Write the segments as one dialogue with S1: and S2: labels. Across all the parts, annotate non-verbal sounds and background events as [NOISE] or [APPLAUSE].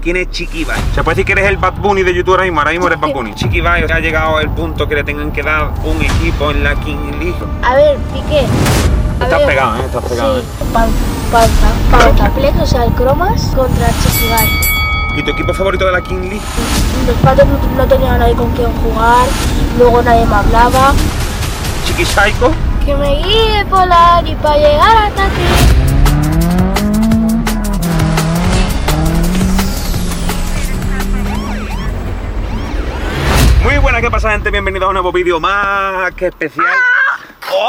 S1: ¿Quién es Chiqui Ibai?
S2: Se puede decir que eres el Bad Bunny de YouTube ahora mismo, ahora mismo eres Bad Bunny.
S1: Chiqui Ibai ha llegado el punto que le tengan que dar un equipo en la King League.
S3: A ver, Piqué. A
S2: Estás
S3: ver.
S2: pegado, ¿eh? Estás pegado.
S3: Sí, pauta, pauta, pauta. Plex, o sea, el cromas contra Chiquibar.
S1: ¿eh? ¿Y tu equipo favorito de la King League?
S3: Los padres no, no tenían a nadie con quien jugar, luego nadie me hablaba.
S1: Chiqui Psycho.
S3: Que me guíe polar y para llegar hasta ti.
S1: Muy buenas, ¿qué pasa gente? Bienvenidos a un nuevo vídeo más que especial.
S3: Ah.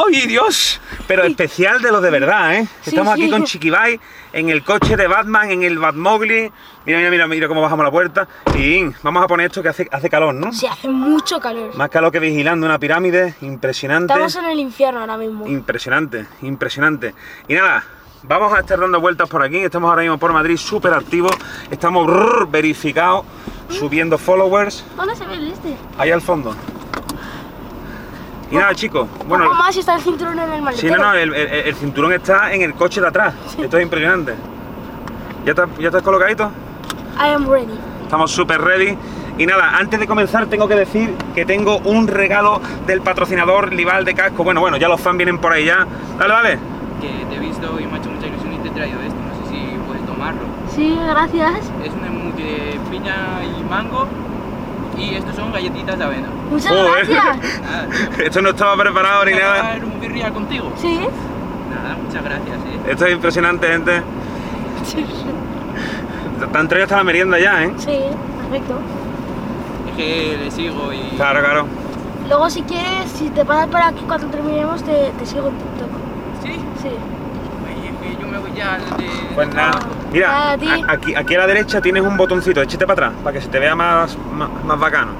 S1: ¡Ay, Dios! Pero especial de los de verdad, ¿eh? Estamos aquí
S3: sí.
S1: con Chiquibai en el coche de Batman, en el Batmogli. Mira, mira, mira, mira cómo bajamos la puerta. Y vamos a poner esto que hace, hace calor, ¿no?
S3: Se hace mucho calor.
S1: Más calor que vigilando una pirámide. Impresionante.
S3: Estamos en el infierno ahora mismo.
S1: Impresionante, impresionante. Y nada, vamos a estar dando vueltas por aquí. Estamos ahora mismo por Madrid, súper activos. Estamos brrr, verificados, subiendo followers.
S3: ¿Dónde se ve el este?
S1: Ahí al fondo. Y nada, chicos.
S3: Bueno,
S1: Bueno,
S3: Poco más si está el cinturón en el
S1: sí,
S3: maletero.
S1: no, no, el, el- el cinturón está en el coche de atrás. Esto es impresionante. ¿Ya estás, ya estás colocadito?
S3: I am ready.
S1: Estamos súper ready. Y nada, antes de comenzar tengo que decir que tengo un regalo del patrocinador Lival de Casco. Bueno, bueno, ya los fans vienen por ahí ya. Dale, dale.
S4: que te he visto y me ha hecho mucha ilusión y te he traído esto. No sé si puedes tomarlo.
S3: Sí, gracias.
S4: Es un smoothie de piña y mango y estos son galletitas de avena.
S3: Muchas
S1: Joder. [LAUGHS]
S3: gracias.
S1: Ah,
S4: Nada, tío.
S1: Esto no estaba preparado ni
S4: ¿Puedo
S1: nada.
S4: acabar un birria contigo?
S3: Sí.
S4: Nada, muchas gracias, eh.
S1: Esto es impresionante, gente.
S3: Sí,
S1: Te han traído hasta la merienda ya, ¿eh?
S3: sí, perfecto.
S4: Es que le sigo y...
S1: Claro, claro.
S3: Luego si quieres, si te pasas por aquí cuando terminemos, te, te sigo en TikTok.
S4: Sí,
S3: Sí.
S4: oye, que yo me voy ya al de...
S1: Pues nada. Mira,
S3: Ah, di.
S1: a- aquí, aquí a la derecha tienes un botoncito, échate para atrás, para que se te vea más, más, más bacano.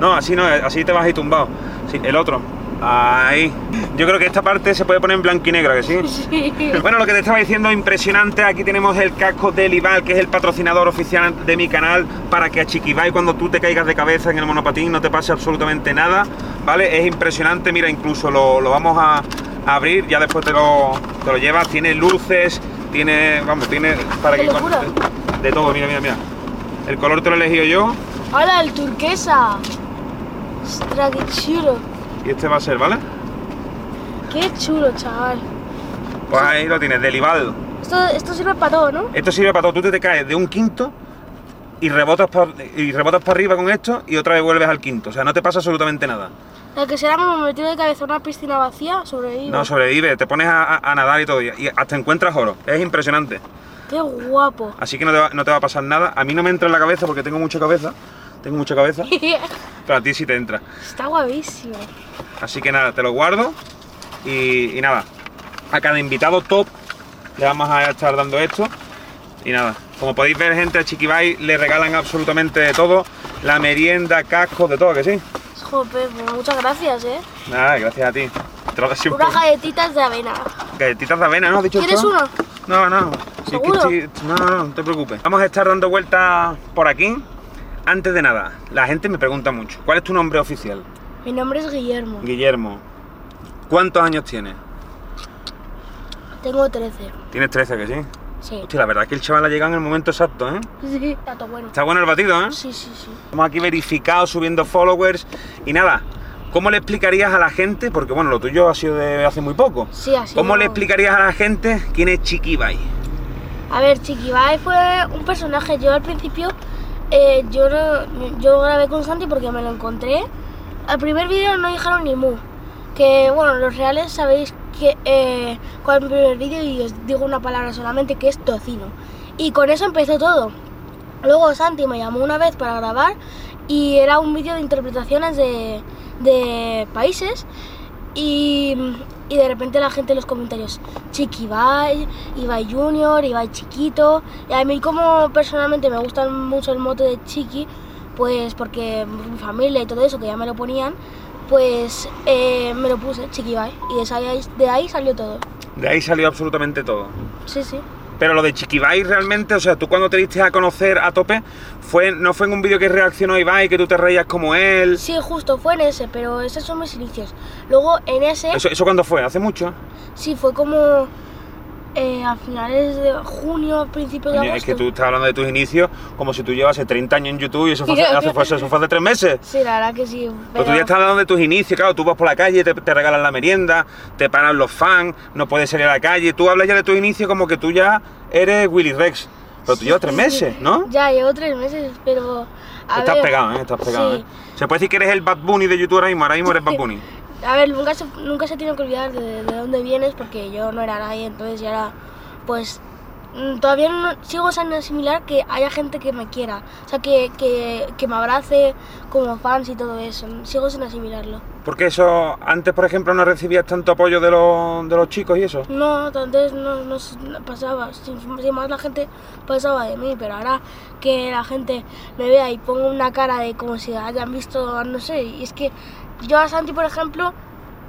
S1: No, así no, así te vas ahí tumbado. Sí, el otro. Ahí. Yo creo que esta parte se puede poner en blanco y negro, ¿que sí?
S3: Sí. [LAUGHS]
S1: Bueno, lo que te estaba diciendo, impresionante. Aquí tenemos el casco de Lival, que es el patrocinador oficial de mi canal, para que a Chiquibai, cuando tú te caigas de cabeza en el monopatín, no te pase absolutamente nada. ¿Vale? Es impresionante. Mira, incluso lo, lo vamos a, a abrir, ya después te lo, te lo llevas. Tiene luces, tiene. Vamos, tiene. Para
S3: ¡Qué
S1: que con-
S3: locura!
S1: De todo, mira, mira, mira. El color te lo he elegido yo
S3: Hola, el turquesa. Ostras, qué chulo.
S1: y este va a ser, ¿vale?
S3: Qué chulo, chaval.
S1: Pues ahí lo tienes, de Lival.
S3: Esto, esto sirve para todo, ¿no?
S1: Esto sirve para todo. Tú te, te caes de un quinto y rebotas para y rebotas para arriba con esto y otra vez vuelves al quinto. O sea, no te pasa absolutamente nada.
S3: El que será me metido de cabeza en una piscina vacía, sobrevive.
S1: No sobrevive, te pones a, a- a nadar y todo y y hasta encuentras oro. Es impresionante.
S3: Qué guapo. [LAUGHS]
S1: Así que no te, va, no te va a pasar nada. A mí no me entra en la cabeza porque tengo mucha cabeza. Tengo mucha cabeza. Pero a ti sí te entra.
S3: Está guapísimo.
S1: Así que nada, te lo guardo y, y nada. A cada invitado top le vamos a estar dando esto. Y nada, como podéis ver, gente, a Chiquibai le regalan absolutamente de todo. La merienda, cascos, de todo, que sí.
S3: Joder, pues muchas gracias, ¿eh?
S1: Nada, gracias a ti. Te lo- siempre-
S3: Unas galletitas de avena.
S1: Galletitas de avena, ¿no has dicho
S3: ¿Quieres
S1: esto?
S3: una?
S1: No, no. Si es que
S3: ¿Seguro?
S1: estoy- No, no, no, no te preocupes. Vamos a estar dando vueltas por aquí. Antes de nada, la gente me pregunta mucho, ¿cuál es tu nombre oficial?
S3: Mi nombre es Guillermo.
S1: Guillermo. ¿Cuántos años tienes?
S3: Tengo 13.
S1: Tienes 13, que sí.
S3: Sí.
S1: Hostia, la verdad es que el chaval ha llegado en el momento exacto, ¿eh?
S3: Sí. Está todo bueno.
S1: Está bueno el batido, ¿eh?
S3: Sí, sí, sí.
S1: Estamos aquí verificados, subiendo followers y nada. ¿Cómo le explicarías a la gente? Porque bueno, lo tuyo ha sido de hace muy poco.
S3: Sí, así.
S1: ¿Cómo le
S3: no-
S1: explicarías a la gente quién es Chiquibai?
S3: A ver, Chiquibai fue un personaje. Yo al principio, eh, yo, no- yo grabé con Santi porque me lo encontré. Al primer vídeo no dijeron ni mu. Que bueno, los reales sabéis que eh, cuál es el primer vídeo y os digo una palabra solamente que es tocino. Y con eso empezó todo. Luego Santi me llamó una vez para grabar y era un vídeo de interpretaciones de, de países y, y de repente la gente en los comentarios, Chiqui Ibai, Ibai Junior, Ibai Chiquito. Y a mí como personalmente me gusta mucho el mote de Chiqui, pues porque mi familia y todo eso que ya me lo ponían, pues eh, me lo puse, Chiqui Ibai. Y de ahí, de ahí salió todo.
S1: De ahí salió absolutamente todo.
S3: Sí, sí.
S1: Pero lo de Chiquibai realmente, o sea, tú cuando te diste a conocer a tope, fue, no fue en un vídeo que reaccionó Ibai, que tú te reías como él.
S3: Sí, justo fue en ese, pero esos son mis inicios. Luego en ese...
S1: ¿Eso, eso cuándo fue? ¿Hace mucho?
S3: Sí, fue como eh, a finales de junio, principios de
S1: Coño,
S3: agosto.
S1: Es que tú estás hablando de tus inicios como si tú llevas 30 años en YouTube y eso fue hace, hace- fue hace- eso fue hace tres meses.
S3: Sí, la verdad que sí.
S1: Pero
S3: Pero,
S1: Pues tú ya estás hablando de tus inicios, claro, tú vas por la calle, te, te regalan la merienda, te paran los fans, no puedes salir a la calle, tú hablas ya de tus inicios como que tú ya eres Willy Rex. Pero tú llevas tres
S3: Sí, sí.
S1: meses, ¿no?
S3: Ya, llevo tres meses, pero... A
S1: Estás
S3: ver,
S1: pegado, ¿eh? Estás pegado,
S3: sí.
S1: ¿eh? Se puede decir que eres el Bad Bunny de YouTube ahora mismo, ahora mismo eres Bad Bunny.
S3: A ver, nunca se, nunca se tiene que olvidar de, de dónde vienes porque yo no era nadie, entonces ya era, pues mm, todavía no, sigo sin asimilar que haya gente que me quiera, o sea, que, que, que me abrace como fans y todo eso, sigo sin asimilarlo.
S1: Porque eso, antes, por ejemplo, no recibías tanto apoyo de los, de los chicos y eso.
S3: No, entonces no, no s- no pasaba, sin, sin más la gente pasaba de mí, pero ahora que la gente me vea y ponga una cara de como si hayan visto, no sé, y es que yo a Santi, por ejemplo,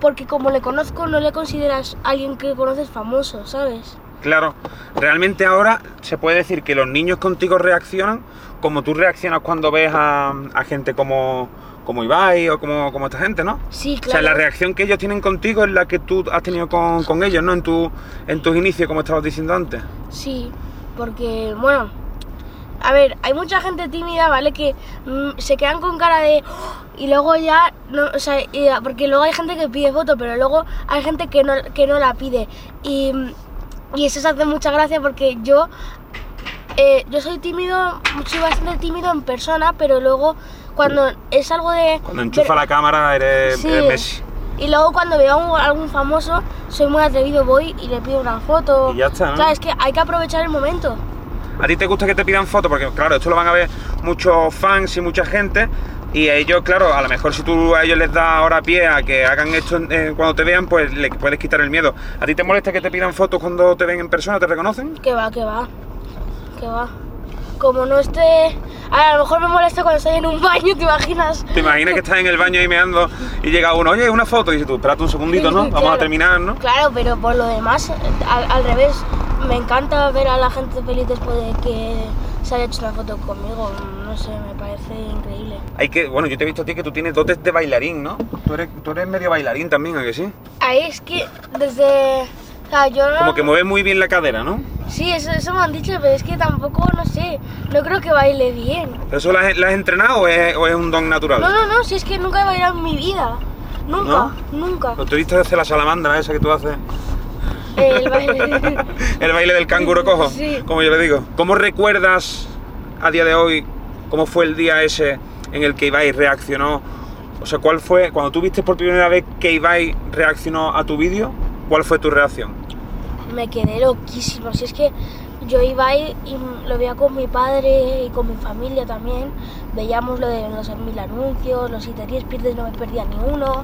S3: porque como le conozco, no le consideras alguien que conoces famoso, ¿sabes?
S1: Claro, realmente ahora se puede decir que los niños contigo reaccionan como tú reaccionas cuando ves a, a gente como, como Ibai o como, como esta gente, ¿no?
S3: Sí,
S1: O sea,
S3: claro.
S1: la reacción que ellos tienen contigo es la que tú has tenido con, con ellos, ¿no? En, tu, en tus inicios, como estabas diciendo antes.
S3: Sí, porque, bueno, a ver, hay mucha gente tímida, ¿vale? Que mm, se quedan con cara de... "Oh", Y luego ya, no, o sea, y- porque luego hay gente que pide foto, pero luego hay gente que no, que no la pide. Y, mm, y eso se hace mucha gracia porque yo, eh, yo soy tímido, soy bastante tímido en persona, pero luego cuando es algo de...
S1: Cuando enchufa
S3: pero-
S1: la cámara eres,
S3: Sí.
S1: eres Messi.
S3: y luego cuando veo a un- algún famoso, soy muy atrevido, voy y le pido una foto.
S1: Y ya está, ¿no?
S3: Claro, es que hay que aprovechar el momento.
S1: ¿A ti te gusta que te pidan fotos? Porque claro, esto lo van a ver muchos fans y mucha gente. Y a ellos, claro, a lo mejor si tú a ellos les das ahora pie a que hagan esto eh, cuando te vean, pues le puedes quitar el miedo. ¿A ti te molesta que te pidan fotos cuando te ven en persona? ¿Te reconocen?
S3: Que va, que va. Que va. Como no esté. A, ver, a lo mejor me molesta cuando estoy en un [LAUGHS] baño, ¿te imaginas?
S1: ¿Te imaginas que estás en el baño ahí meando y llega uno, oye, una foto? Y dices tú, espérate un segundito,
S3: [LAUGHS]
S1: ¿no?
S3: Sí,
S1: Vamos a
S3: claro.
S1: terminar, ¿no?
S3: Claro, pero por lo demás, eh, al, al revés, me encanta ver a la gente feliz después de que se haya hecho una foto conmigo. No sé, me parece increíble.
S1: Hay que, bueno, yo te he visto a ti que tú tienes dotes de bailarín, ¿no? Tú eres, tú eres medio bailarín también, ¿a que sí?
S3: Ahí es que desde. O sea, yo no.
S1: Como que mueves muy bien la cadera, ¿no?
S3: Sí, eso, eso me han dicho, pero es que tampoco, no sé, no creo que baile bien.
S1: ¿Eso lo has, lo has entrenado o es, o es un don natural?
S3: No, no, no, si es que nunca he bailado en mi vida. Nunca,
S1: [LAUGHS]
S3: nunca.
S1: ¿Lo tuviste hacer la salamandra esa que tú haces?
S3: El baile.
S1: El baile del canguro cojo,
S3: Sí.
S1: como yo le digo. ¿Cómo recuerdas a día de hoy cómo fue el día ese en el que Ibai reaccionó? O sea, ¿cuál fue, cuando tú viste por primera vez que Ibai reaccionó a tu vídeo, cuál fue tu reacción?
S3: Me quedé loquísimo. Si es que yo iba ahí y lo veía con mi padre y con mi familia también. Veíamos lo de los mil anuncios, los iteries pierdes, no me perdía ni uno.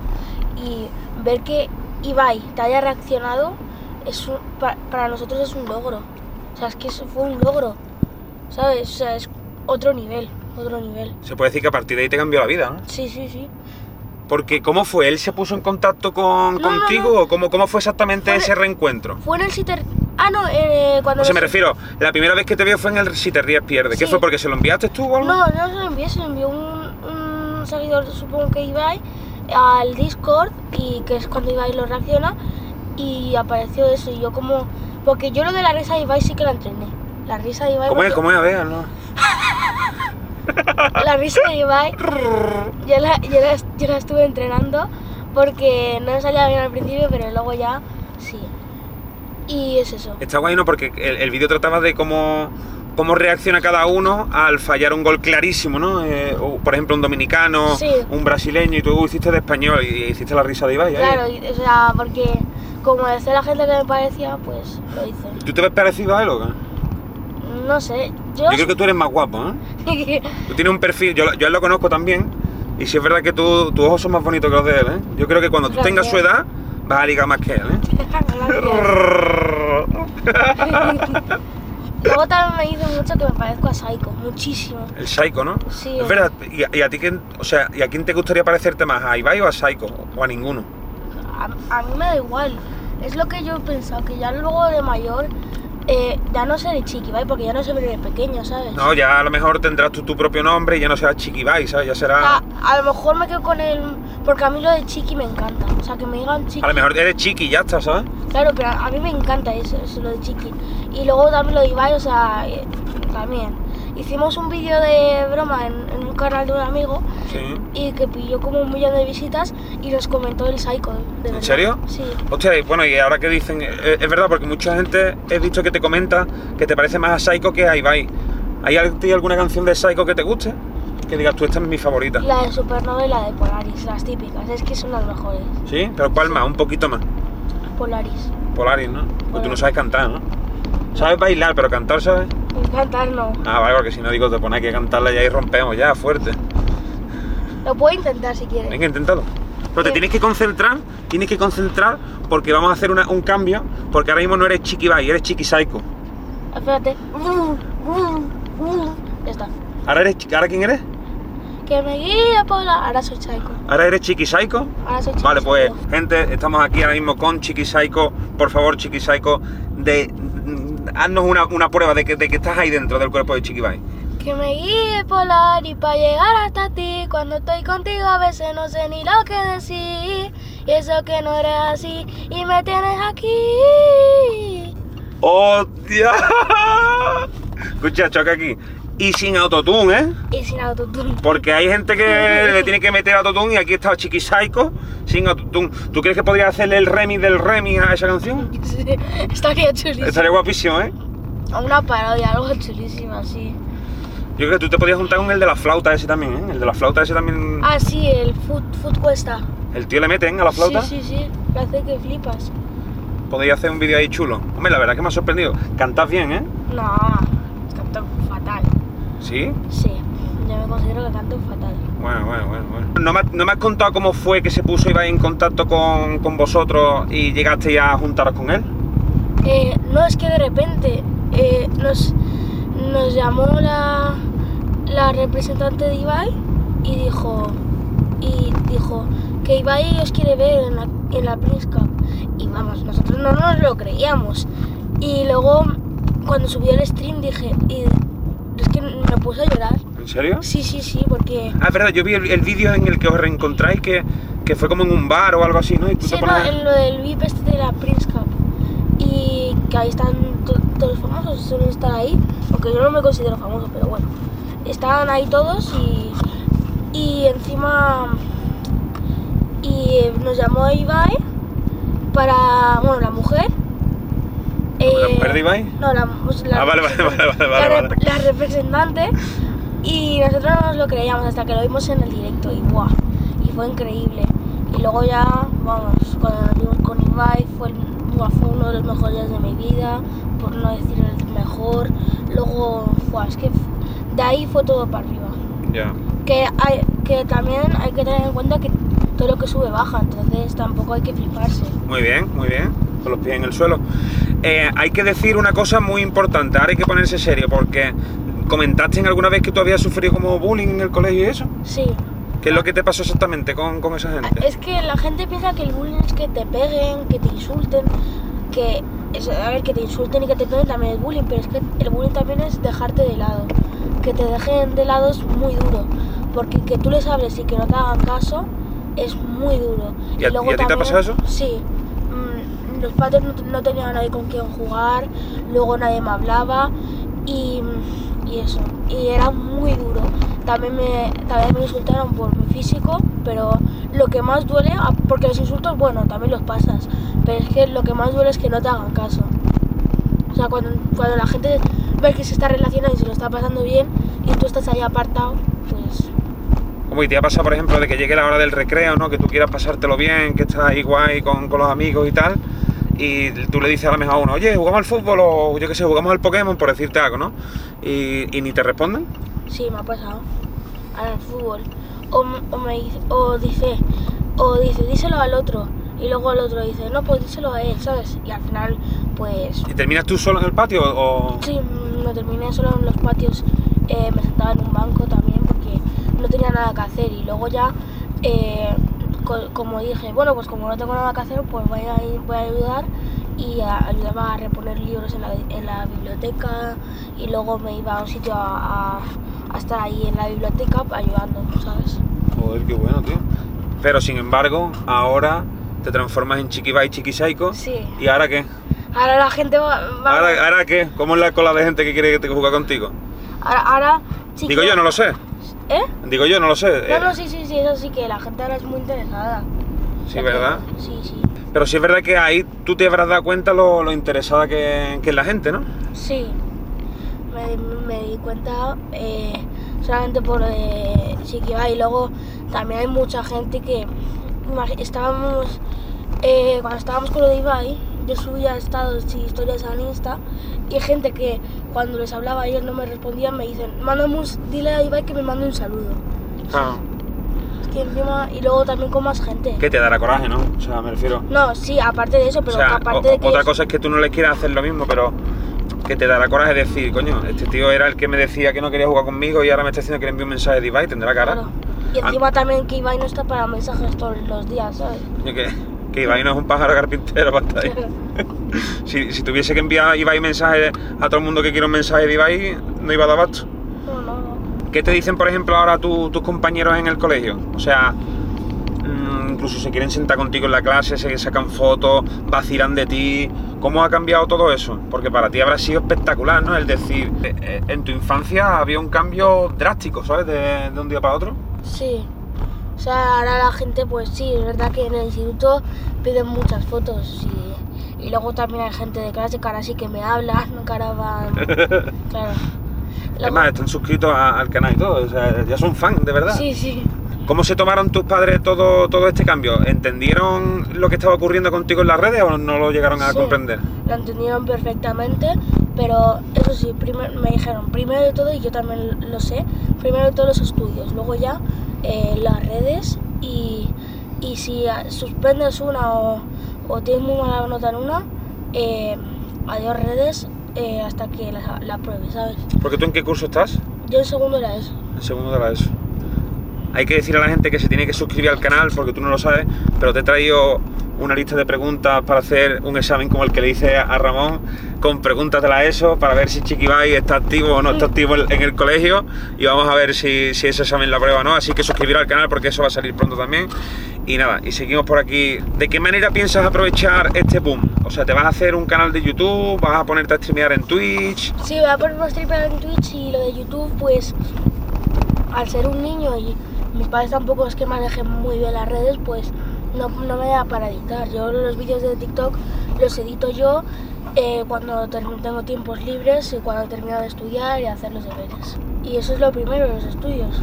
S3: Y ver que Ibai te haya reaccionado, es un- pa- para nosotros es un logro. O sea, es que eso fue un logro. ¿Sabes? O sea, es otro nivel, otro nivel.
S1: Se puede decir que a partir de ahí te cambió la vida, ¿no?
S3: Sí, sí, sí.
S1: Porque ¿cómo fue? ¿Él se puso en contacto con,
S3: No,
S1: contigo
S3: no, no.
S1: o cómo, cómo fue exactamente
S3: Fue-
S1: ese reencuentro?
S3: Fue en el Citer... Ah, no, eh, cuando...
S1: O sea, me
S3: nos-
S1: refiero, la primera vez que te vio fue en el Si te ríes pierde. ¿Qué
S3: Sí.
S1: fue? ¿Porque se lo enviaste tú o algo?
S3: No, no se lo envié, se lo envió un, un seguidor, supongo que Ibai, al Discord, y que es cuando Ibai lo reacciona, y apareció eso, y yo como... Porque yo lo de la risa de Ibai sí que la entrené. La risa de Ibai...
S1: ¿Cómo es?
S3: porque-
S1: ¿Cómo es? A ver, no.
S3: La risa de
S1: [LAUGHS]
S3: Ibai, yo la, yo, la, yo la estuve entrenando, porque no me salía bien al principio, pero luego ya sí. Y es eso.
S1: Está guay, ¿no? Porque el, el vídeo trataba de cómo, cómo reacciona cada uno al fallar un gol clarísimo, ¿no? Eh, o, por ejemplo, un dominicano,
S3: Sí.
S1: un brasileño, y tú hiciste de español y, hiciste la risa de Ibai. ¿eh?
S3: Claro, y- o sea, porque como decía la gente que me parecía, pues lo hice.
S1: ¿Tú te ves parecido a él o qué?
S3: No sé, yo...
S1: Yo creo que tú eres más guapo, ¿eh?
S3: [LAUGHS]
S1: Tú tienes un perfil, yo, yo a él lo conozco también, y si es verdad que tú, tus ojos son más bonitos que los de él, ¿eh? Yo creo que cuando tú tengas su
S3: Gracias.
S1: edad, vas a ligar más que él, ¿eh?
S3: Gracias. Luego también me dicen mucho que me parezco a Psycho, muchísimo.
S1: El Psycho, ¿no?
S3: Sí. eh.
S1: Es verdad, ¿y a, y a ti quién, o sea, ¿y a quién te gustaría parecerte más? ¿A Ibai o a Psycho? ¿O a ninguno?
S3: A, a mí me da igual. Es lo que yo he pensado, que ya luego de mayor eh, ya no seré Chiquibai porque ya no soy el pequeño, ¿sabes?
S1: No, ya a lo mejor tendrás tú tu propio nombre y ya no serás Chiquibai, ¿sabes? Ya
S3: O
S1: será.
S3: sea, a lo mejor me quedo con el... Porque a mí lo de Chiqui me encanta. O sea, que me digan Chiqui.
S1: A lo mejor eres Chiqui, ya está, ¿sabes?
S3: Claro, pero a a mí me encanta eso, eso, lo de Chiqui. Y luego también lo de Ibai, o sea, eh, también. Hicimos un vídeo de broma en, en un canal de un amigo
S1: Sí.
S3: y que pilló como un millón de visitas y nos comentó el Psycho. de verdad.
S1: serio?
S3: Sí.
S1: Hostia, y bueno, y ahora que dicen, eh, es verdad, porque mucha gente he visto que te comenta que te parece más a Psycho que a Ibai. ¿Hay al- ti alguna canción de Psycho que te guste? Que digas tú, esta es mi favorita.
S3: La de Supernova y la de Polaris, las típicas, es que son las mejores.
S1: ¿Sí? Pero ¿cuál más? Un poquito más.
S3: Polaris.
S1: Polaris, ¿no? Pues tú no
S3: Polaris.
S1: sabes cantar, ¿no? Sabes bailar, pero cantar, ¿sabes?
S3: Me encantan, no.
S1: Ah, vale, porque si no digo, te pones que cantarla y ahí rompemos ya, fuerte.
S3: Lo puedo intentar si quieres.
S1: Venga, inténtalo. Pero te
S3: Bien.
S1: tienes que concentrar, tienes que concentrar porque vamos a hacer una- un cambio, porque ahora mismo no eres Chiqui Bai, eres Chiqui Psycho.
S3: Espérate. Ya está.
S1: ¿Ahora, eres, chi- ¿Ahora quién eres?
S3: Que me guía por la... Ahora soy Psycho.
S1: ¿Ahora eres Chiqui Psycho?
S3: Ahora soy Chiqui
S1: Vale, pues
S3: Psycho.
S1: gente, estamos aquí ahora mismo con Chiqui Psycho. Por favor, Chiqui Psycho, de, mm, haznos una, una prueba de que, de que estás ahí dentro del cuerpo de Chiqui Bai.
S3: Que me guíe Polaris para llegar hasta ti. Cuando estoy contigo a veces no sé ni lo que decir. Y eso que no eres así y me tienes aquí.
S1: ¡Hostia! [LAUGHS] Escucha, choca aquí. Y sin autotune, ¿eh?
S3: Y sin autotune. [LAUGHS]
S1: Porque hay gente que le tiene que meter autotune y aquí está Chiqui Psycho sin autotune. ¿Tú crees que podría hacerle el remix del remix a esa canción?
S3: Estaría chulísimo.
S1: Estaría guapísimo, ¿eh?
S3: O Una parodia, algo chulísimo así.
S1: Yo creo que tú te podías juntar con el de la flauta ese también, ¿eh? El de la flauta ese también...
S3: Ah, sí, el food, food cuesta.
S1: El tío le mete, ¿eh? A la flauta.
S3: Sí, sí, sí. Lo hace que flipas.
S1: Podría hacer un vídeo ahí chulo. Hombre, la verdad es que me ha sorprendido. Cantas bien, ¿eh?
S3: No, canto fatal.
S1: Sí.
S3: Sí, yo me considero que canto fatal.
S1: Bueno, bueno, bueno. bueno. ¿No, me, has- no me has contado cómo fue que se puso Ibai en contacto con, con vosotros y llegasteis a juntaros con él?
S3: Eh, no, es que de repente eh, nos, nos llamó la, la representante de Ibai y dijo, y dijo que Ibai os quiere ver en la, en la Prince Cup. Y vamos, nosotros no nos lo creíamos. Y luego cuando subió el stream dije, y, es que me puse a llorar.
S1: ¿En serio?
S3: Sí, sí, sí, porque...
S1: Ah, es verdad, yo vi el, el vídeo en el que os reencontráis que, que fue como en un bar o algo así, ¿no? Y tú
S3: Sí,
S1: te
S3: no,
S1: pones...
S3: en lo del VIP este de la Prince Cup. Y que ahí están to- todos los famosos, suelen estar ahí. Aunque yo no me considero famoso, pero bueno. Estaban ahí todos y. Y encima. Y eh, nos llamó Ibai para. Bueno, la mujer. Eh,
S1: ¿La mujer de Ibai?
S3: No, la, pues, la
S1: Ah, vale, vale, vale, [LAUGHS] vale,
S3: la
S1: vale,
S3: rep-
S1: vale.
S3: la representante. Y nosotros no nos lo creíamos hasta que lo vimos en el directo y ¡buah! Y fue increíble. Y luego ya, vamos, cuando nos vimos con Ibai fue, el- buah, fue uno de los mejores días de mi vida, por no decir el mejor. Luego, ¡buah! es que f- de ahí fue todo para arriba.
S1: Ya.
S3: Que, hay, que también hay que tener en cuenta que todo lo que sube baja, entonces tampoco hay que fliparse.
S1: Muy bien, muy bien. Con los pies en el suelo. Eh, hay que decir una cosa muy importante, ahora hay que ponerse serio, porque comentaste en alguna vez que tú habías sufrido como bullying en el colegio y eso.
S3: Sí,
S1: ¿Qué es lo que te pasó exactamente con, con esa gente?
S3: Es que la gente piensa que el bullying es que te peguen, que te insulten, que es- a ver, que te insulten y que te peguen también es bullying, pero es que el bullying también es dejarte de lado. Que te dejen de lado es muy duro, porque que tú les hables y que no te hagan caso es muy duro.
S1: ¿Y a- y a ti te ha pasado eso?
S3: Sí. Mm, Los padres no, no tenían a nadie con quien jugar, luego nadie me hablaba y, y eso. Y era muy duro. También me, también me insultaron por mi físico, pero lo que más duele, ah, porque los insultos, bueno, también los pasas, pero es que lo que más duele es que no te hagan caso. O sea, cuando, cuando la gente ve que se está relacionando y se lo está pasando bien y tú estás ahí apartado, pues
S1: Como y te ha pasado, por ejemplo, de que llegue la hora del recreo, ¿no? Que tú quieras pasártelo bien, que estás ahí guay con, con los amigos y tal. Y tú le dices a la mejor a uno, oye, jugamos al fútbol o yo qué sé, jugamos al Pokémon, por decirte algo, ¿no? Y, y ni te responden.
S3: Sí, me ha pasado. Al fútbol. O, m- o me dice, o dice, o dice, díselo al otro. Y luego el otro dice, no, pues díselo a él, ¿sabes? Y al final, pues,
S1: ¿Y terminas tú solo en el patio o...?
S3: sí, no terminé solo en los patios. Eh, me sentaba en un banco también porque no tenía nada que hacer. Y luego ya, eh, co- como dije, bueno, pues como no tengo nada que hacer, pues voy a, voy a ayudar. y a- ayudaba a reponer libros en la, en la biblioteca y luego me iba a un sitio a, a- a estar ahí en la biblioteca ayudando, ¿sabes?
S1: Joder, qué bueno, tío. Pero sin embargo, ahora te transformas en Chiquibai Chiquisaico.
S3: Sí.
S1: ¿Y ahora qué?
S3: Ahora la gente va... va-
S1: ¿Ahora, ¿Ahora qué? ¿Cómo es la cola de gente que quiere que te juega contigo?
S3: ahora, ahora, sí
S1: Digo
S3: que-
S1: yo, no lo sé.
S3: ¿Eh?
S1: Digo yo, no lo sé.
S3: No,
S1: Eh,
S3: no, sí, sí, sí, eso sí que la gente ahora es muy interesada.
S1: Sí,
S3: Ya te
S1: ¿verdad?
S3: digo, Sí, sí.
S1: Pero sí es verdad que ahí tú te habrás dado cuenta lo, lo interesada que, que es la gente, ¿no?
S3: Sí. Me, me di cuenta eh, solamente por eh, Shikiba y luego también hay mucha gente que imag- estábamos eh, cuando estábamos con lo de Ibai, yo subía estados y historias al Insta y gente que cuando les hablaba ellos no me respondían me dicen, mándame un, s- dile a Ibai que me mande un saludo. Es que encima, y luego también con más gente.
S1: Que te dará coraje, ¿no? O sea, me refiero.
S3: No, sí, aparte de eso, pero
S1: o sea,
S3: aparte
S1: o-
S3: de que
S1: otra
S3: es-
S1: cosa es que tú no le quieras hacer lo mismo, pero que te dará coraje decir, coño, este tío era el que me decía que no quería jugar conmigo y ahora me está diciendo que le envío un mensaje de Ibai, tendrá cara.
S3: Claro.
S1: Ah.
S3: Y encima también que Ibai no está para mensajes todos los días,
S1: [LAUGHS]
S3: ¿sabes?
S1: Coño, que, que Ibai no es un pájaro carpintero para estar ahí. si, si tuviese que enviar a Ibai mensajes a todo el mundo que quiera un mensaje de Ibai, no iba a dar abasto.
S3: No, no, no.
S1: ¿Qué te dicen, por ejemplo, ahora tu- tus compañeros en el colegio? O sea, mm, incluso se quieren sentar contigo en la clase, se sacan fotos, vacilan de ti. ¿Cómo ha cambiado todo eso? Porque para ti habrá sido espectacular, ¿no? Es decir, eh, eh, en tu infancia había un cambio drástico, ¿sabes? De, de un día para otro.
S3: Sí. O sea, ahora la gente, pues sí, es verdad que en el instituto piden muchas fotos y, y luego también hay gente de clase que ahora sí que me hablan, [LAUGHS] que ahora van...
S1: [LAUGHS]
S3: Claro.
S1: Es más, están suscritos a- al canal y todo, o sea, ya son fan, de verdad.
S3: Sí, sí.
S1: ¿Cómo se tomaron tus padres todo, todo este cambio? ¿Entendieron lo que estaba ocurriendo contigo en las redes o no lo llegaron a
S3: Sí.
S1: comprender?
S3: Lo entendieron perfectamente, pero eso sí, primer- me dijeron, primero de todo, y yo también lo sé, primero de todo los estudios, luego ya eh, las redes y, y si ah, suspendes una o, o tienes muy mala nota en una, eh, adiós redes eh, hasta que la, la pruebes, ¿sabes?
S1: Porque tú en qué curso estás?
S3: Yo en segundo era eso.
S1: El segundo de la ESO. Hay que decir a la gente que se tiene que suscribir al canal porque tú no lo sabes, pero te he traído una lista de preguntas para hacer un examen como el que le hice a Ramón, con preguntas de la ESO para ver si Chiquibay está activo o no está activo en en el colegio y vamos a ver si, si ese examen la prueba o no. Así que suscribir al canal porque eso va a salir pronto también. Y nada, y seguimos por aquí. ¿De qué manera piensas aprovechar este boom? O sea, ¿te vas a hacer un canal de YouTube? ¿Vas a ponerte a streamear en Twitch?
S3: Sí, voy a poner más triple en Twitch y lo de YouTube, pues al ser un niño y mis padres tampoco es que manejen muy bien las redes, pues no, no me da para editar. Yo los vídeos de TikTok los edito yo eh, cuando ter- tengo tiempos libres y cuando termino de estudiar y hacer los deberes. Y eso es lo primero, los estudios.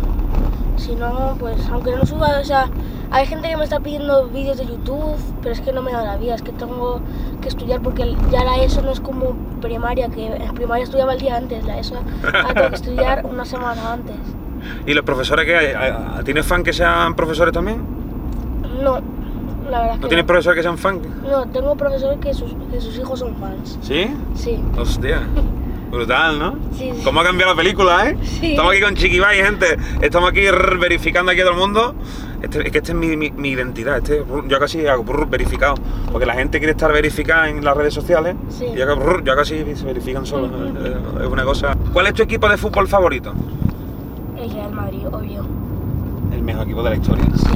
S3: Si no, pues aunque no suba, o sea, hay gente que me está pidiendo vídeos de YouTube, pero es que no me da la vida, es que tengo que estudiar porque ya la ESO no es como primaria, que en primaria estudiaba el día antes,
S1: [LAUGHS]
S3: la ESO ahora tengo que estudiar una semana antes.
S1: ¿Y los profesores que hay? ¿A- a- ¿Tienes fan que sean profesores también?
S3: No, la verdad es que
S1: ¿No tienes profesor que sean fan?
S3: No, tengo profesores que sus, que sus hijos son fans.
S1: ¿Sí?
S3: Sí.
S1: Hostia. Brutal, ¿no?
S3: Sí, sí.
S1: ¿Cómo ha cambiado la película, eh?
S3: Sí.
S1: Estamos aquí con Chiquibay, gente. Estamos aquí rrr, verificando aquí a todo el mundo. Este- es que esta es mi, mi- mi identidad. Este, brr, yo casi hago brr, verificado. Porque la gente quiere estar verificada en las redes sociales.
S3: Sí.
S1: Y yo, hago brr, yo casi se verifican solo. Eh, Es una cosa. ¿Cuál es tu equipo de fútbol favorito?
S3: El Real Madrid, obvio.
S1: El mejor equipo de la historia.
S3: Sí.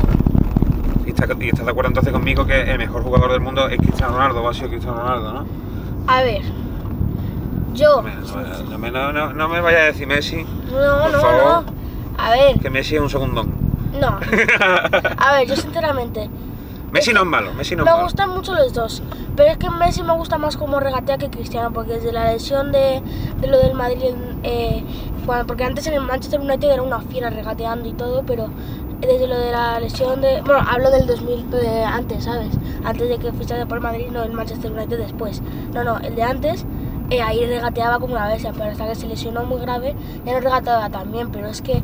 S1: ¿Y estás, y estás de acuerdo entonces conmigo que el mejor jugador del mundo es Cristiano Ronaldo? ¿O ha sido Cristiano Ronaldo, no?
S3: A ver, yo.
S1: No me- No me, no, no- no me vayas a decir Messi,
S3: No,
S1: Por
S3: no,
S1: favor.
S3: no. A ver,
S1: que Messi es un segundón.
S3: no.
S1: [LAUGHS]
S3: A ver, yo sinceramente.
S1: Messi no es malo, Messi no es
S3: Me
S1: malo.
S3: gustan mucho los dos, pero es que Messi me gusta más como regatea que Cristiano, porque desde la lesión de, de lo del Madrid, eh, cuando- porque antes en el Manchester United era una fiera regateando y todo, pero desde lo de la lesión de... Bueno, hablo del 2000 de antes, ¿sabes? Antes de que fichase por el Madrid, no el Manchester United después. No, no, el de antes, eh, ahí regateaba como una bestia, pero hasta que se lesionó muy grave, ya no regateaba tan bien, pero es que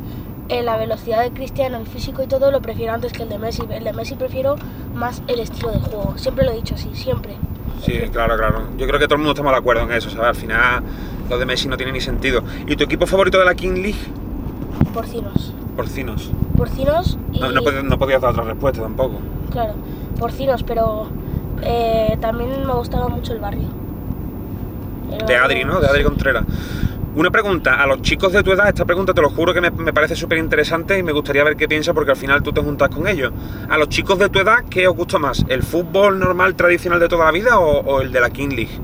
S3: eh, la velocidad de Cristiano, el físico y todo lo prefiero antes que el de Messi. El de Messi prefiero más el estilo de juego. Siempre lo he dicho así, siempre.
S1: Sí, claro, claro. Yo creo que todo el mundo estamos de acuerdo en eso, ¿sabes? Al final, lo de Messi no tiene ni sentido. ¿Y tu equipo favorito de la King League?
S3: Porcinos.
S1: Porcinos.
S3: Porcinos y...
S1: Ah, No, no pod- no podías dar otra respuesta tampoco.
S3: Claro, porcinos, pero eh, también me gustaba mucho el barrio. El
S1: De
S3: barrio-
S1: Adri, ¿no? De Adri Contreras. Una pregunta, a los chicos de tu edad, esta pregunta te lo juro que me, me parece súper interesante y me gustaría ver qué piensas porque al final tú te juntas con ellos. A los chicos de tu edad, ¿qué os gusta más? ¿El fútbol normal tradicional de toda la vida o, o el de la King League?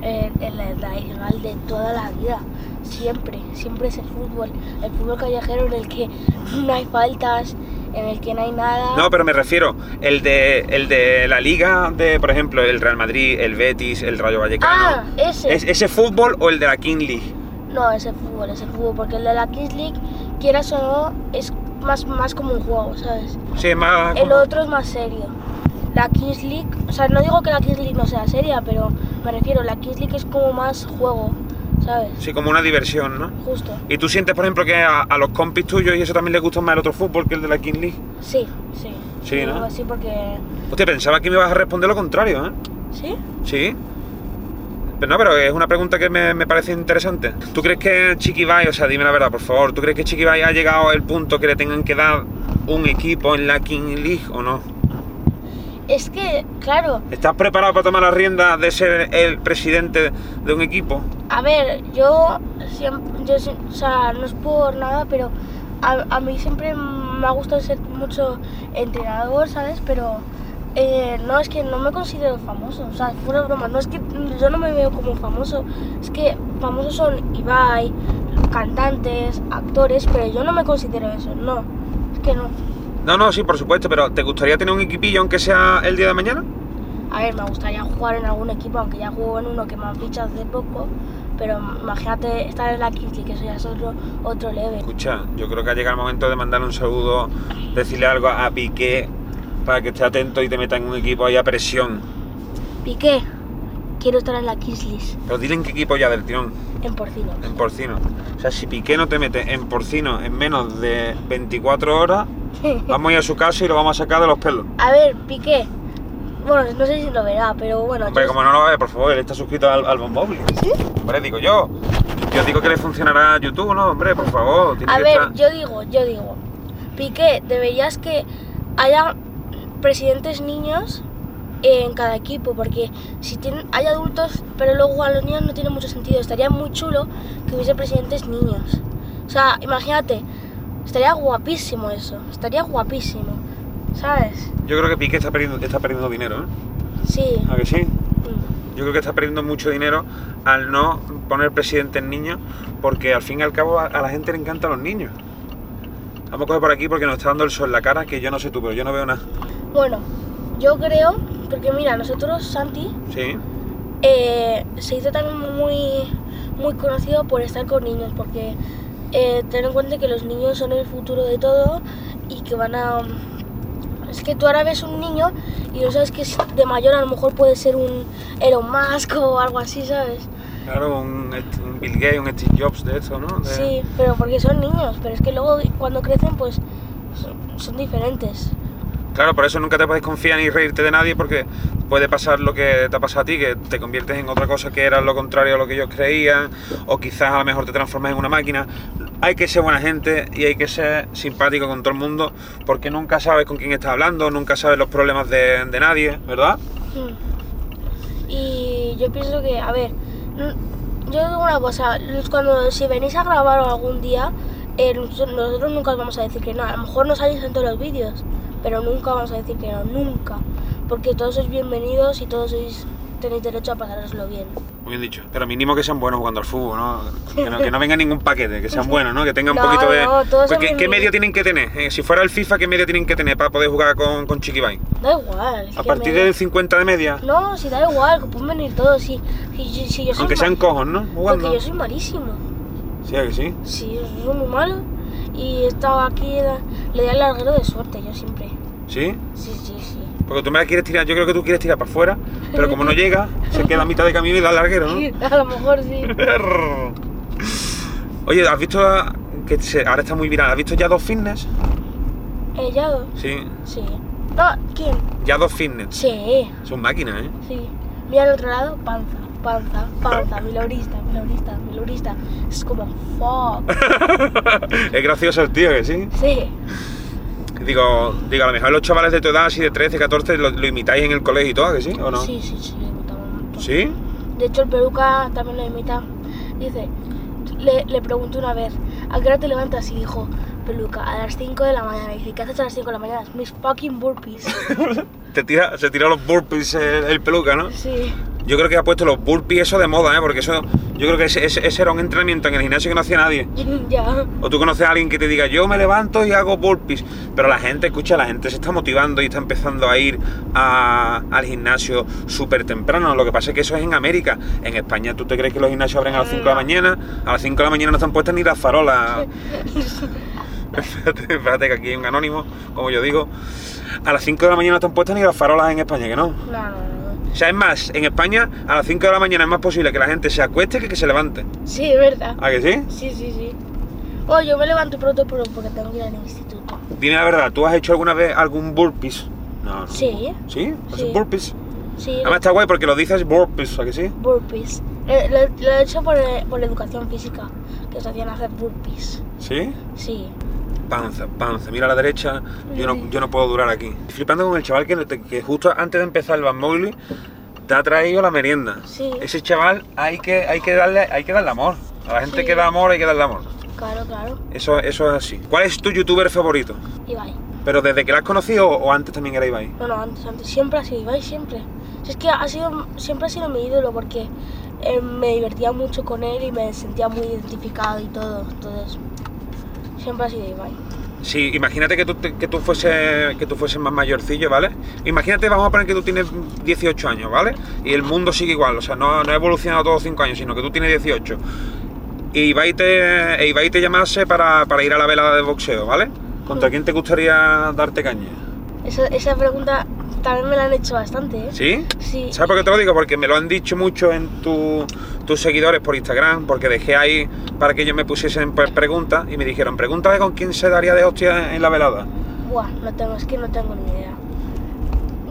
S3: El, el, tradicional de toda la vida, siempre, siempre es el fútbol. El fútbol callejero en el que no hay faltas, en el que no hay nada.
S1: No, pero me refiero, el de, el de la liga de, por ejemplo, el Real Madrid, el Betis, el Rayo
S3: ah,
S1: Vallecano.
S3: ese.
S1: ¿Es ese fútbol o el de la King League?
S3: No, ese fútbol, ese fútbol, porque el de la Kings League, quieras o no, es más, más como un juego, ¿sabes?
S1: Sí, es más... Ah,
S3: El
S1: como-
S3: otro es más serio. La Kings League, o sea, no digo que la Kings League no sea seria, pero me refiero, la Kings League es como más juego, ¿sabes?
S1: Sí, como una diversión, ¿no?
S3: Justo.
S1: ¿Y tú sientes, por ejemplo, que a, a los compis tuyos y eso también les gusta más el otro fútbol que el de la King League?
S3: Sí, sí.
S1: Sí, ¿no?
S3: Algo así porque...
S1: Hostia, pensaba que me ibas a responder lo contrario, ¿eh?
S3: ¿Sí?
S1: Sí. Pero no, pero es una pregunta que me, me parece interesante. ¿Tú crees que Chiquibay, o sea, dime la verdad, por favor, ¿tú crees que Chiquibay ha llegado al punto que le tengan que dar un equipo en la King League o no?
S3: Es que, claro,
S1: ¿Estás preparado para tomar las riendas de ser el presidente de un equipo?
S3: a ver, yo siempre, yo, sie- o sea, no es por nada, pero a, a mí siempre me ha gustado ser mucho entrenador, ¿sabes? Pero eh, no, es que no me considero famoso, o sea, fue una broma, no es que yo no me veo como famoso, es que famosos son Ibai, cantantes, actores, pero yo no me considero eso, no, es que no.
S1: No, no, sí, por supuesto, pero ¿te gustaría tener un equipillo aunque sea el día de mañana?
S3: A ver, me gustaría jugar en algún equipo, aunque ya juego en uno que me han fichado hace poco. Pero imagínate estar en la Kings League, que eso ya es otro, otro leve.
S1: Escucha, yo creo que ha llegado el momento de mandarle un saludo, decirle algo a Piqué para que esté atento y te meta en un equipo ahí a presión.
S3: Piqué, quiero estar en la Kings League,
S1: Pero dile en qué equipo ya del tirón,
S3: en porcino.
S1: en porcino. O sea, si Piqué no te mete en porcino en menos de 24 horas, vamos a ir a su casa y lo vamos a sacar de los pelos.
S3: A ver, Piqué, bueno, no sé si lo verá, pero bueno,
S1: Hombre,
S3: yo-
S1: como no lo vea, por favor, él está suscrito al, al Bombóvil.
S3: ¿Sí?
S1: Hombre, digo yo. Yo digo que le funcionará a YouTube, ¿no? Hombre, por favor. tiene
S3: A
S1: que
S3: ver,
S1: estar-
S3: yo digo, yo digo, Piqué, deberías que haya presidentes niños en cada equipo, porque si tienen, hay adultos, pero luego a los niños no tiene mucho sentido. Estaría muy chulo que hubiese presidentes niños. O sea, imagínate, estaría guapísimo eso, estaría guapísimo, ¿sabes?
S1: Yo creo que Piqué está perdiendo, está perdiendo dinero, ¿eh?
S3: Sí.
S1: ¿A que sí?
S3: mm,
S1: Yo creo que está perdiendo mucho dinero al no poner presidente en niños, porque al fin y al cabo a, a la gente le encantan los niños. Vamos a coger por aquí porque nos está dando el sol en la cara, que yo no sé tú, pero yo no veo nada.
S3: Bueno, yo creo, porque mira, nosotros, Santi,
S1: Sí.
S3: eh, se hizo también muy, muy conocido por estar con niños, porque eh, ten en cuenta que los niños son el futuro de todo y que van a... Es que tú ahora ves un niño y no sabes que es- de mayor a lo mejor puede ser un Elon Musk o algo así, ¿sabes?
S1: Claro, un, Est- un Bill Gates, un Steve Jobs de eso, ¿no? De-
S3: Sí, pero porque son niños, pero es que luego cuando crecen pues son, son diferentes.
S1: Claro, por eso nunca te puedes confiar ni reírte de nadie, porque puede pasar lo que te ha pasado a ti, que te conviertes en otra cosa que era lo contrario a lo que ellos creían, o quizás a lo mejor te transformas en una máquina. Hay que ser buena gente y hay que ser simpático con todo el mundo, porque nunca sabes con quién estás hablando, nunca sabes los problemas de, de nadie, ¿verdad?
S3: Mm. Y yo pienso que, a ver, mm, yo digo una cosa, los- cuando si venís a grabar algún día, eh, nosotros nosotros nunca os vamos a decir que no, a lo mejor no salís en todos los vídeos, pero nunca vamos a decir que no, nunca, porque todos sois bienvenidos y todos sois, tenéis derecho a pasároslo bien.
S1: Muy bien dicho. Pero mínimo que sean buenos jugando al fútbol, ¿no? Que no, que no venga ningún paquete, que sean buenos, ¿no? Que tengan un
S3: No,
S1: poquito de...
S3: no,
S1: Porque,
S3: todos son
S1: ¿Qué
S3: bienvenidos.
S1: medio tienen que tener? Eh, si fuera el FIFA, ¿qué medio tienen que tener para poder jugar con, con Chiquibay?
S3: Da igual. es
S1: A
S3: que
S1: partir
S3: me-
S1: de 50 de media.
S3: No, si da igual, que pueden venir todos, si, si, si- si yo soy
S1: Aunque
S3: ma-
S1: sean cojos, ¿no?
S3: Porque
S1: Jugando.
S3: yo soy malísimo.
S1: Sí, ¿a que sí.
S3: Sí, yo soy muy malo. Y he estado aquí, da- le doy al larguero de suerte, yo siempre.
S1: Sí.
S3: Sí, sí, sí.
S1: Porque tú me la quieres tirar, yo creo que tú quieres tirar para afuera, pero como no llega, se queda a mitad de camino y da al
S3: [LAUGHS]
S1: larguero, ¿no?
S3: A lo
S1: [LAUGHS]
S3: mejor sí.
S1: Errr. Oye, ¿has visto a- que se- ahora está muy viral? ¿Has visto ya dos fitness?
S3: ¿Eh, Yago?
S1: Sí,
S3: Sí. No, ¿quién?
S1: ya dos fitness.
S3: Sí,
S1: Son máquinas, ¿eh? [LAUGHS]
S3: sí. Mira al otro lado, panza, panza,
S1: [LAUGHS]
S3: panza, milorista, milorista, milorista. Es como fuck.
S1: es gracioso el tío, que sí.
S3: Sí.
S1: Y Digo, digo, a lo mejor los chavales de tu edad, así de 13, 14, lo, lo imitáis en el colegio y todo, ¿a que sí? ¿O no?
S3: Sí, sí, sí, le imitaba un montón.
S1: ¿Sí?
S3: De hecho, el peluca también lo imita. Dice, le, le pregunto una vez, ¿a qué hora te levantas? Y dijo, peluca, a las 5 de la mañana. Y dice, ¿qué haces a las 5 de la mañana? Mis fucking burpees.
S1: [LAUGHS] Te tira, se tira los burpees el, el peluca, ¿no?
S3: sí. [LAUGHS]
S1: Yo creo que ha puesto los burpees eso de moda, ¿eh? Porque eso, yo creo que ese, ese- ese era un entrenamiento en el gimnasio que no hacía nadie.
S3: ya.
S1: O tú conoces a alguien que te diga, yo me levanto y hago burpees. Pero la gente, escucha, la gente se está motivando y está empezando a ir a- al gimnasio súper temprano. Lo que pasa es que eso es en América. En España, ¿tú te crees que los gimnasios abren a las 5 de la mañana? A las 5 de la mañana no están puestas ni las farolas. espérate, espérate, que aquí hay un anónimo, como yo digo. A las 5 de la mañana no están puestas ni las farolas en España, que no.
S3: No, no, no.
S1: O sea, es más, en España a las 5 de la mañana es más posible que la gente se acueste que que se levante.
S3: Sí, es verdad.
S1: ¿A que sí?
S3: Sí, sí, sí. Oh, yo me levanto pronto pero porque tengo que ir al instituto.
S1: Dime la verdad, ¿tú has hecho alguna vez algún burpees? No, no.
S3: Sí,
S1: ¿Sí? ¿Haces
S3: Sí.
S1: burpees?
S3: sí.
S1: Además está guay porque lo dices burpees, ¿a que sí?
S3: Burpees. Eh, lo, lo he hecho por, eh, por la educación física, que se hacían hacer burpees.
S1: ¿Sí?
S3: Sí.
S1: Panza, panza, mira a la derecha, yo no, yo no puedo durar aquí. Estoy Flipando con el chaval que, te- que justo antes de empezar el Van Mowgli te ha traído la merienda.
S3: Sí.
S1: Ese chaval hay que, hay que darle, hay que darle amor. A la gente
S3: Sí.
S1: que da amor hay que darle amor.
S3: Claro, claro.
S1: Eso, eso es así. ¿Cuál es tu youtuber favorito?
S3: Y bye.
S1: ¿Pero desde que la has conocido o antes también era Ibai?
S3: No, no, antes, antes. Siempre ha sido Ibai, siempre. Si es que ha sido, siempre ha sido mi ídolo porque eh, me divertía mucho con él y me sentía muy identificado y todo. Entonces, siempre ha sido Ibai.
S1: Sí, imagínate que tú, te- que tú fuese que tú fueses más mayorcillo, ¿vale? Imagínate, vamos a poner que tú tienes 18 años, ¿vale? Y el mundo sigue igual, o sea, no, no ha evolucionado todos 5 años, sino que tú tienes 18. Y Ibai te, e Ibai te llamase para, para ir a la velada de boxeo, ¿vale? ¿Contra quién te gustaría darte caña?
S3: Esa, esa pregunta también me la han hecho bastante, ¿eh?
S1: ¿Sí?
S3: Sí.
S1: ¿Sabes por qué te lo digo? Porque me lo han dicho mucho en tu- tus seguidores por Instagram, porque dejé ahí para que ellos me pusiesen pues, preguntas y me dijeron, pregúntale con quién se daría de hostia en la velada.
S3: Buah, no tengo, es que no tengo ni idea.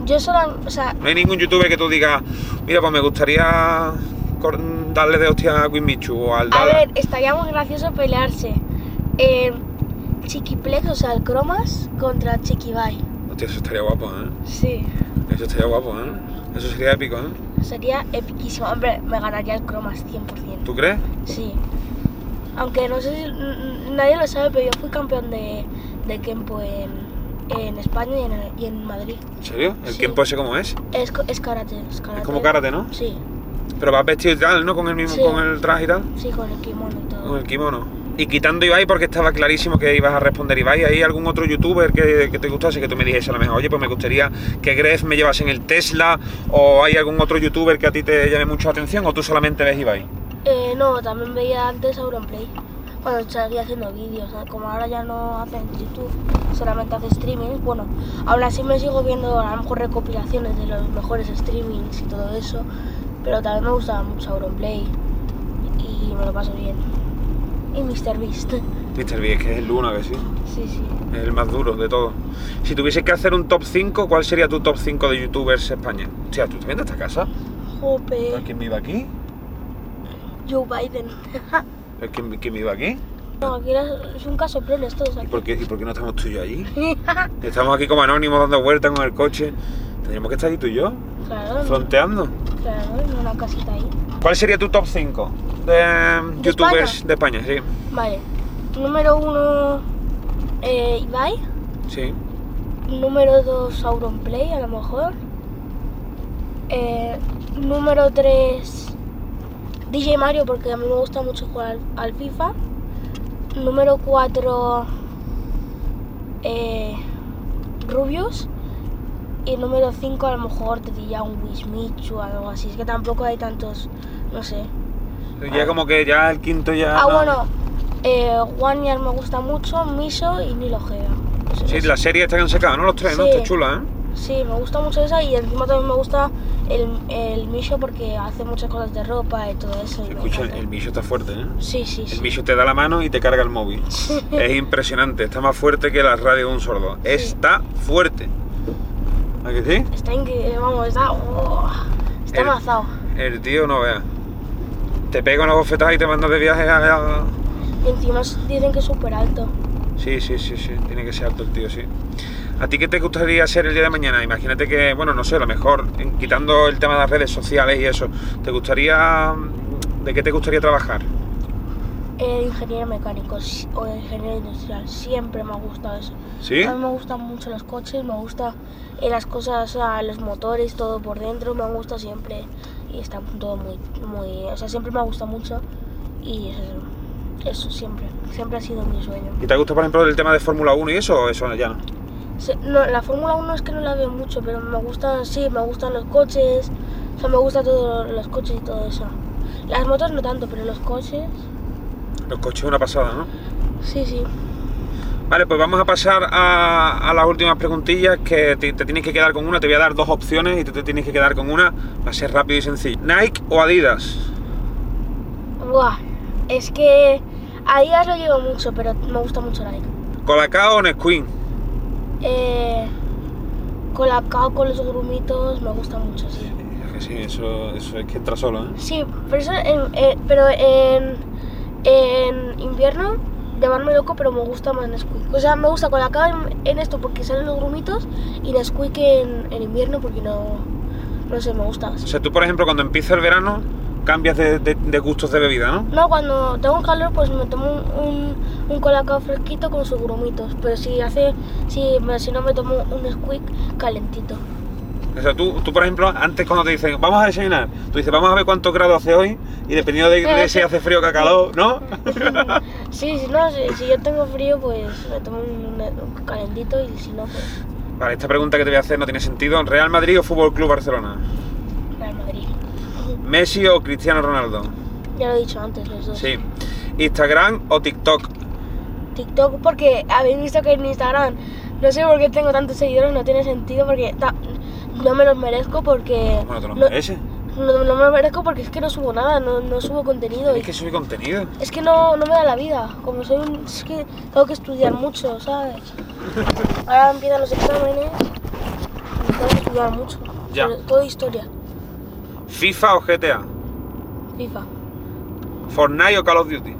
S3: Yo solo, o sea,
S1: No hay ningún youtuber que tú digas, mira, pues me gustaría cor- darle de hostia a Queen Michu o al
S3: a
S1: Dada.
S3: ver, estaría muy gracioso pelearse. Eh, Chiquiplex, o sea, el Cromas contra Chiquibai.
S1: Hostia, eso estaría guapo, ¿eh?
S3: Sí.
S1: Eso estaría guapo, ¿eh? Eso sería épico, ¿eh?
S3: Sería epiquísimo. Hombre, me ganaría el Cromas 100%.
S1: ¿Tú crees?
S3: Sí. Aunque no sé si n- nadie lo sabe, pero yo fui campeón de, de Kempo en, en España y en, y en Madrid.
S1: ¿En serio? ¿El
S3: Sí.
S1: tiempo ese como es?
S3: Es, co- es karate, es karate.
S1: Es como karate, ¿no?
S3: Sí,
S1: Pero vas vestido y tal, ¿no? Con el mismo,
S3: Sí.
S1: con el traje y tal,
S3: sí, con el kimono y todo.
S1: con el kimono. Y quitando Ibai porque estaba clarísimo que ibas a responder Ibai, ¿hay algún otro youtuber que, que te gustase que tú me dijese a lo mejor, oye, pues me gustaría que Gref me llevase en el Tesla o hay algún otro youtuber que a ti te llame mucho la atención o tú solamente ves Ibai?
S3: Eh, no, también veía antes Auronplay. Cuando seguía haciendo vídeos, ¿sabes? como ahora ya no hacen YouTube, solamente hace streamings. Bueno, aún así me sigo viendo a lo mejor recopilaciones de los mejores streamings y todo eso. Pero también me gustaba mucho Auronplay y me lo paso bien. Y MrBeast.
S1: Mr. B, es que es el uno, que sí.
S3: [LAUGHS] Sí, sí.
S1: Es el más duro de todo. Si tuviese que hacer un top 5, ¿cuál sería tu top 5 de youtubers España? Hostia, ¿tú estás viendo esta casa? ¿Pero
S3: Jope,
S1: ¿Quién vive aquí?
S3: Joe Biden. [LAUGHS]
S1: ¿Pero ¿Quién, quién vive aquí?
S3: no, aquí era- es un caso pleno esto.
S1: ¿Y por, qué, ¿Y por qué no estamos tú y yo allí? Estamos aquí como anónimos dando vueltas con el coche. Tendríamos que estar ahí tú y yo,
S3: [LAUGHS] claro,
S1: fronteando.
S3: claro, en una casita ahí.
S1: ¿Cuál sería tu top 5 de,
S3: ¿De
S1: youtubers de España? Sí,
S3: Vale. Número uno, eh, Ibai.
S1: sí.
S3: Número 2, Sauron Play, a lo mejor. Eh, número 3, DJ Mario, porque a mí me gusta mucho jugar al, al FIFA. Número 4, eh, Rubius. Y número 5, a lo mejor te diría un Wismichu o algo así. Es que tampoco hay tantos, no sé.
S1: Ya como que ya el quinto ya...
S3: Ah,
S1: no-
S3: bueno, eh, Wanyar me gusta mucho, Miso y Nilo Gea. Eso-
S1: Sí,
S3: eso-
S1: la serie esta que han sacado, ¿no? Los tres, ¿no?
S3: Sí.
S1: Está chula, ¿eh?
S3: Sí, me gusta mucho esa y encima también me gusta el, el Misho porque hace muchas cosas de ropa y todo eso. y me
S1: Escucha,
S3: encanta.
S1: el millo está fuerte, ¿eh?
S3: Sí, sí,
S1: El
S3: sí.
S1: bicho te da la mano y te carga el
S3: [LAUGHS]
S1: móvil. Es impresionante, está más fuerte que la radio de un sordo. Está fuerte. ¿A que sí?
S3: Está increíble, vamos, está... ¡oh! está
S1: El-
S3: amazado.
S1: El tío no vea. Te pega una bofetada y te manda de viaje a... a-
S3: Y encima es- dicen que es súper alto.
S1: Sí, sí, sí, sí, tiene que ser alto el tío, sí. ¿A ti qué te gustaría hacer el día de mañana? Imagínate que, bueno, no sé, a lo mejor, en- quitando el tema de las redes sociales y eso, ¿te gustaría... mm, ¿De qué te gustaría trabajar?
S3: Eh, ingeniero mecánico si- o ingeniero industrial, siempre me ha gustado eso.
S1: ¿Sí?
S3: A mí me gustan mucho los coches, me gustan eh, las cosas, o sea, los motores, todo por dentro, me gusta siempre y está todo muy, muy, o sea, siempre me ha gustado mucho y eso, eso siempre, siempre ha sido mi sueño.
S1: ¿Y te gusta, por ejemplo, el tema de Fórmula 1 y eso? ¿O eso ya no?
S3: Se- no, la Fórmula 1 es que no la veo mucho, pero me gustan, sí, me gustan los coches, o sea, me gustan todos los coches y todo eso. Las motos no tanto, pero los coches,
S1: Los coches una pasada, ¿no?
S3: sí, sí.
S1: Vale, pues vamos a pasar a, a las últimas preguntillas que te, te tienes que quedar con una. Te voy a dar dos opciones y tú te tienes que quedar con una. Va a ser rápido y sencillo. ¿Nike o Adidas?
S3: Buah, es que a días lo llevo mucho, pero me gusta mucho la Nike.
S1: ¿Colacao o Nesquik?
S3: Eh, con la cao, con los grumitos, me gusta mucho, sí.
S1: Es que sí, eso, eso es que entra solo, ¿eh?
S3: Sí, pero, eso en, eh, pero en, en invierno, llamarme loco, pero me gusta más Nesquik. O sea, me gusta con la cao en, en esto porque salen los grumitos y Nesquik en, en invierno porque no, no sé, me gusta.
S1: O sea, tú, por ejemplo, cuando empieza el verano, cambias de, de- de gustos de bebida, ¿no?
S3: No, cuando tengo calor, pues me tomo un, un, un colacao fresquito con sus grumitos. Pero si hace, si, me- si no, me tomo un squeak calentito.
S1: O sea, tú, tú, por ejemplo, antes cuando te dicen, vamos a desayunar, tú dices, vamos a ver cuántos grados hace hoy y dependiendo de, de si hace frío o calor, ¿no?
S3: Sí, si no, si, si yo tengo frío, pues me tomo un, un calentito y si no, pues
S1: Vale, esta pregunta que te voy a hacer no tiene sentido. ¿Real Madrid o Fútbol Club Barcelona?
S3: Real Madrid.
S1: ¿Messi o Cristiano Ronaldo?
S3: Ya lo he dicho antes, los dos.
S1: Sí. ¿Instagram o TikTok?
S3: TikTok, porque habéis visto que en Instagram, no sé por qué tengo tantos seguidores, no tiene sentido, porque ta- no me los merezco, porque...
S1: Bueno, te lo
S3: no-
S1: mereces.
S3: No, no me los merezco porque es que no subo nada, no, no subo contenido. y-
S1: Tienes que subir contenido.
S3: Es que no, no me da la vida. Como soy un. Es que tengo que estudiar mucho, ¿sabes? Ahora empiezan los exámenes. Y tengo que estudiar mucho.
S1: Ya.
S3: Sobre todo historia.
S1: ¿FIFA o GTA?
S3: FIFA.
S1: ¿Fortnite o Call of Duty?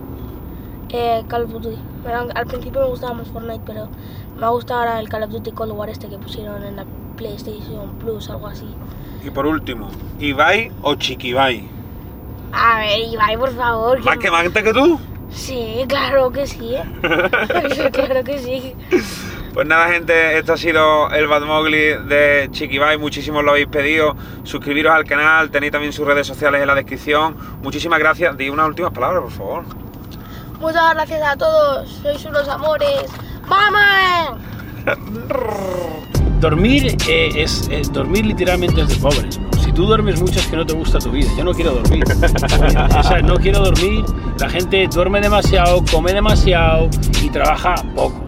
S3: Eh, Call of Duty. Me dan- Al principio me gustaba más Fortnite, pero me ha gustado ahora el Call of Duty Cold War este que pusieron en la PlayStation Plus, algo así.
S1: Y por último, ¿Ibai o Chiquibai?
S3: A ver, Ibai, por favor.
S1: ¿Más que más gente que tú?
S3: Sí, claro que sí. [LAUGHS] claro que sí.
S1: Pues nada, gente, esto ha sido el Bad Mowgli de Chiquibai. Muchísimos lo habéis pedido. Suscribiros al canal, tenéis también sus redes sociales en la descripción. Muchísimas gracias. Di unas últimas palabras, por favor.
S3: Muchas gracias a todos. Sois unos amores. ¡Vamos!
S5: Dormir eh, es, eh, dormir literalmente es de pobres. ¿no? Si tú duermes mucho es que no te gusta tu vida. Yo no quiero dormir. O sea, no quiero dormir. La gente duerme demasiado, come demasiado y trabaja poco.